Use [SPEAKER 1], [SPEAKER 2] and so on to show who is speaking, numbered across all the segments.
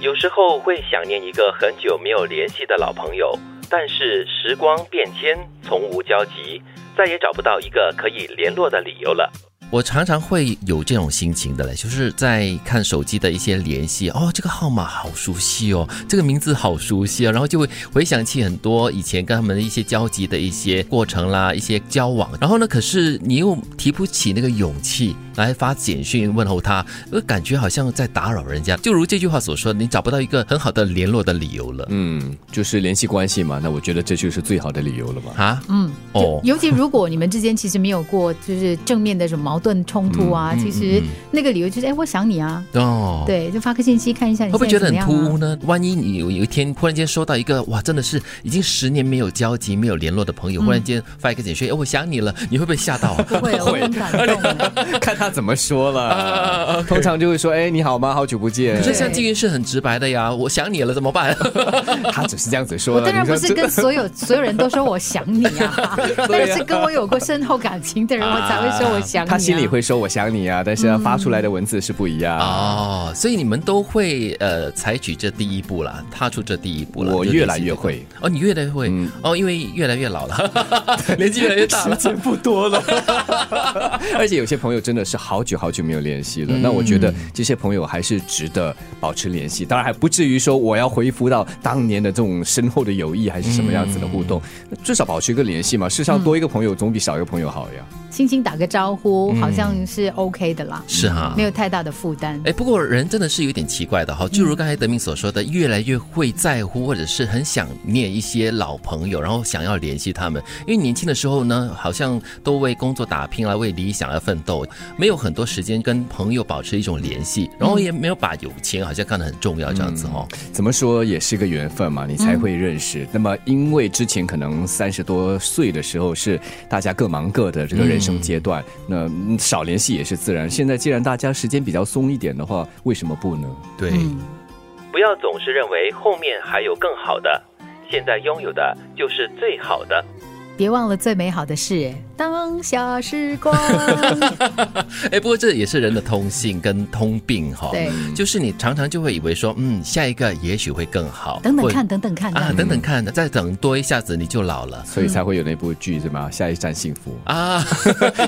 [SPEAKER 1] 有时候会想念一个很久没有联系的老朋友，但是时光变迁，从无交集，再也找不到一个可以联络的理由了。
[SPEAKER 2] 我常常会有这种心情的嘞，就是在看手机的一些联系，哦，这个号码好熟悉哦，这个名字好熟悉啊，然后就会回想起很多以前跟他们的一些交集的一些过程啦，一些交往，然后呢，可是你又提不起那个勇气来发简讯问候他，呃，感觉好像在打扰人家，就如这句话所说，你找不到一个很好的联络的理由了
[SPEAKER 3] 嗯，就是联系关系嘛，那我觉得这就是最好的理由了 嘛。
[SPEAKER 2] 啊，
[SPEAKER 4] 嗯，
[SPEAKER 2] 哦
[SPEAKER 4] 就尤其如果你们之间其实没有过就是正面的什么矛盾冲突啊，
[SPEAKER 2] 嗯嗯
[SPEAKER 4] 其实
[SPEAKER 2] 嗯
[SPEAKER 4] 那个理由就是哎，我想你啊，
[SPEAKER 2] 哦，。
[SPEAKER 4] 对，就发个信息看一下你
[SPEAKER 2] 会不会觉
[SPEAKER 4] 现在
[SPEAKER 2] 得
[SPEAKER 4] 怎么
[SPEAKER 2] 很
[SPEAKER 4] 样
[SPEAKER 2] 突兀
[SPEAKER 4] 啊。
[SPEAKER 2] 呢？万一你有有一天忽然间收到一个哇，真的是已经十年没有交集、没有联络的朋友，忽然间发一个简讯，哎，我想你了，你 会不会吓到啊？
[SPEAKER 4] 不嗯 会，我很感动啊 的。
[SPEAKER 3] 看他怎么说
[SPEAKER 2] 啊
[SPEAKER 3] 了，
[SPEAKER 2] ，OK
[SPEAKER 3] 通常就会说，哎，你好吗？好久不见。
[SPEAKER 2] 可是像
[SPEAKER 4] 对
[SPEAKER 2] 金云是很直白的呀，我想你了怎么 办？
[SPEAKER 3] 他只是这样子说
[SPEAKER 4] 我
[SPEAKER 3] 的，
[SPEAKER 4] 当然不是
[SPEAKER 3] 你说
[SPEAKER 4] 跟所有所有人都说我想你 啊，但是跟我有过深厚感情的人，我才会说我想你、啊。
[SPEAKER 3] 他心里会说我想你啊，但是他发出来的文字是不一样。
[SPEAKER 2] 哦，所以你们都会呃采取这第一步啦，踏出这第一步了。
[SPEAKER 3] 我
[SPEAKER 2] 就
[SPEAKER 3] 越
[SPEAKER 2] 联
[SPEAKER 3] 来
[SPEAKER 2] 系
[SPEAKER 3] 越
[SPEAKER 2] 这个
[SPEAKER 3] 会嗯
[SPEAKER 2] 哦，你越来越会、哦，因为越来越老了，年纪越来越大
[SPEAKER 3] 时
[SPEAKER 2] 了。
[SPEAKER 3] 间不多了， 而且有些朋友真的是好久好久没有联系了。那我觉得这些朋友还是值得保持联系，当然还不至于说我要恢复到当年的这种深厚的友谊，还是什么样子的互动，至少保持一个联系嘛。世上多一个朋友总比少一个朋友好呀。
[SPEAKER 4] 轻轻打个招呼，好像是 OK 的啦，
[SPEAKER 2] 是
[SPEAKER 3] 啊
[SPEAKER 2] 哈
[SPEAKER 4] 没有太大的负担。
[SPEAKER 2] 嗯哎，不过人真的是有点奇怪的哈，就如刚才德明所说的，越来越会在乎或者是很想念一些老朋友，然后想要联系他们。因为年轻的时候呢，好像都为工作打拼啊，为理想而奋斗，没有很多时间跟朋友保持一种联系，然后也没有把友情好像看得很重要这样子哦。
[SPEAKER 3] 怎么说也是个缘分嘛，你才会认识。那么，因为之前可能三十多岁的时候是大家各忙各的这个人生阶段，那嗯少联系也是自然。现在既然大家时间比较松一点的话，为什么不呢？
[SPEAKER 2] 对，
[SPEAKER 4] 嗯，
[SPEAKER 1] 不要总是认为后面还有更好的，现在拥有的就是最好的。
[SPEAKER 4] 别忘了最美好的事，当下时 光。
[SPEAKER 2] 哎，不过这也是人的通性跟通病哈、
[SPEAKER 4] 对，
[SPEAKER 2] 就是你常常就会以为说，嗯，下一个也许会更好，
[SPEAKER 4] 等等
[SPEAKER 2] 或
[SPEAKER 4] 看，等等看，
[SPEAKER 2] 啊，等等看，再等多一下子你就老了。
[SPEAKER 3] 所以才会有那部剧是吗？下一站幸福，
[SPEAKER 2] 啊，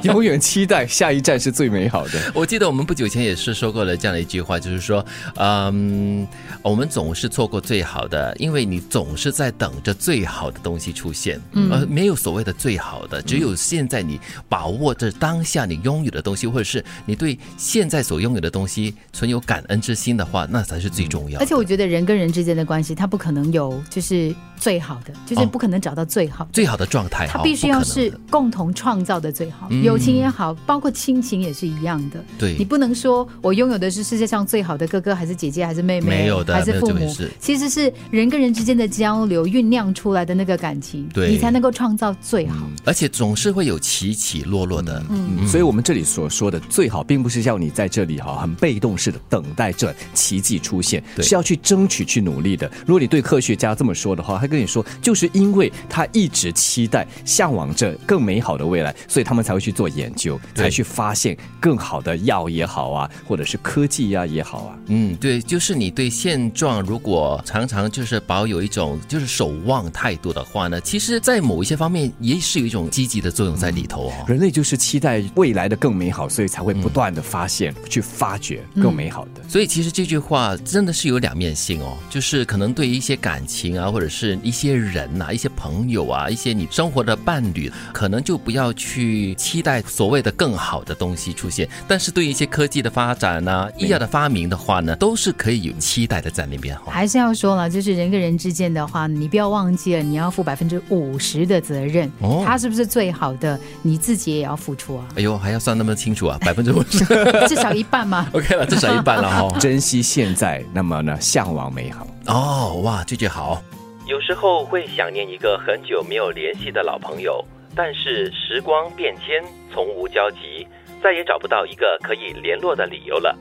[SPEAKER 3] 永远期待下一站是最美好的。
[SPEAKER 2] 我记得我们不久前也是说过了这样的一句话，就是说，嗯，我们总是错过最好的，因为你总是在等着最好的东西出现，嗯、呃，没有所谓的最好的，只有现在你把握着当下你拥有的东西，或者是你对现在所拥有的东西存有感恩之心的话，那才是最重要的。
[SPEAKER 4] 嗯而且我觉得人跟人之间的关系，它不可能有就是最好的，就是
[SPEAKER 2] 哦
[SPEAKER 4] 不可能找到最好的。
[SPEAKER 2] 最好的状态，
[SPEAKER 4] 它
[SPEAKER 2] 哦
[SPEAKER 4] 必
[SPEAKER 2] 不
[SPEAKER 4] 须
[SPEAKER 2] 可
[SPEAKER 4] 要
[SPEAKER 2] 能
[SPEAKER 4] 是
[SPEAKER 2] 的
[SPEAKER 4] 共同创造的最好，
[SPEAKER 2] 嗯
[SPEAKER 4] 友情也好，包括亲情也是一样的。
[SPEAKER 2] 对
[SPEAKER 4] 你不能说我拥有的是世界上最好的哥哥，还是姐姐，还是妹妹，
[SPEAKER 2] 没有的
[SPEAKER 4] 还是父
[SPEAKER 2] 没有这
[SPEAKER 4] 母
[SPEAKER 2] 回事。
[SPEAKER 4] 其实是人跟人之间的交流酝酿出来的那个感情，
[SPEAKER 2] 对嗯
[SPEAKER 4] 你才能够创造最好。
[SPEAKER 2] 而且总是会有起起落落的。
[SPEAKER 3] 嗯，所以我们这里所说的最好，并不是要你在这里哈很被动式的等待着奇迹出现，
[SPEAKER 2] 对
[SPEAKER 3] 是要去争取、去努力的。如果你对科学家这么说的话，他跟你说，就是因为他一直期待、向往着更美好的未来，所以他们才会去做研究，
[SPEAKER 2] 对
[SPEAKER 3] 才去发现更好的药也好啊，或者是科技呀、也好啊。
[SPEAKER 2] 嗯，对，就是你对现状如果常常就是保有一种就是守望态度的话呢，其实，在某一些方面也是有一种积极的作用在里头哦。
[SPEAKER 3] 人类就是期待未来的更美好，所以才会不断的发现、
[SPEAKER 2] 嗯
[SPEAKER 3] 去发掘更美好的。
[SPEAKER 2] 所以其实这句话真的是有两面性哦，就是可能对于一些感情啊，或者是一些人呐、一些朋友啊，一些你生活的伴侣，可能就不要去期待所谓的更好的东西出现。但是对于一些科技的发展呐、医药的发明的话呢，都是可以有期待的在那边哈、哦
[SPEAKER 4] 还是要说了，就是人跟人之间的话，你不要忘记了，你要负百分之五十的责任。
[SPEAKER 2] 哦，
[SPEAKER 4] 他是不是最好的，你自己也要付出啊
[SPEAKER 2] 哎呦，还要算那么清楚啊，百分之五十
[SPEAKER 4] 至少一半嘛。
[SPEAKER 2] ，OK 了，至少一半了哈、
[SPEAKER 3] 珍惜现在，那么呢，向往美好。
[SPEAKER 2] 哦，哇，这句好。
[SPEAKER 1] 有时候会想念一个很久没有联系的老朋友，但是时光变迁，从无交集，再也找不到一个可以联络的理由了。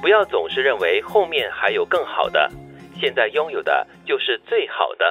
[SPEAKER 1] 不要总是认为后面还有更好的，现在拥有的就是最好的。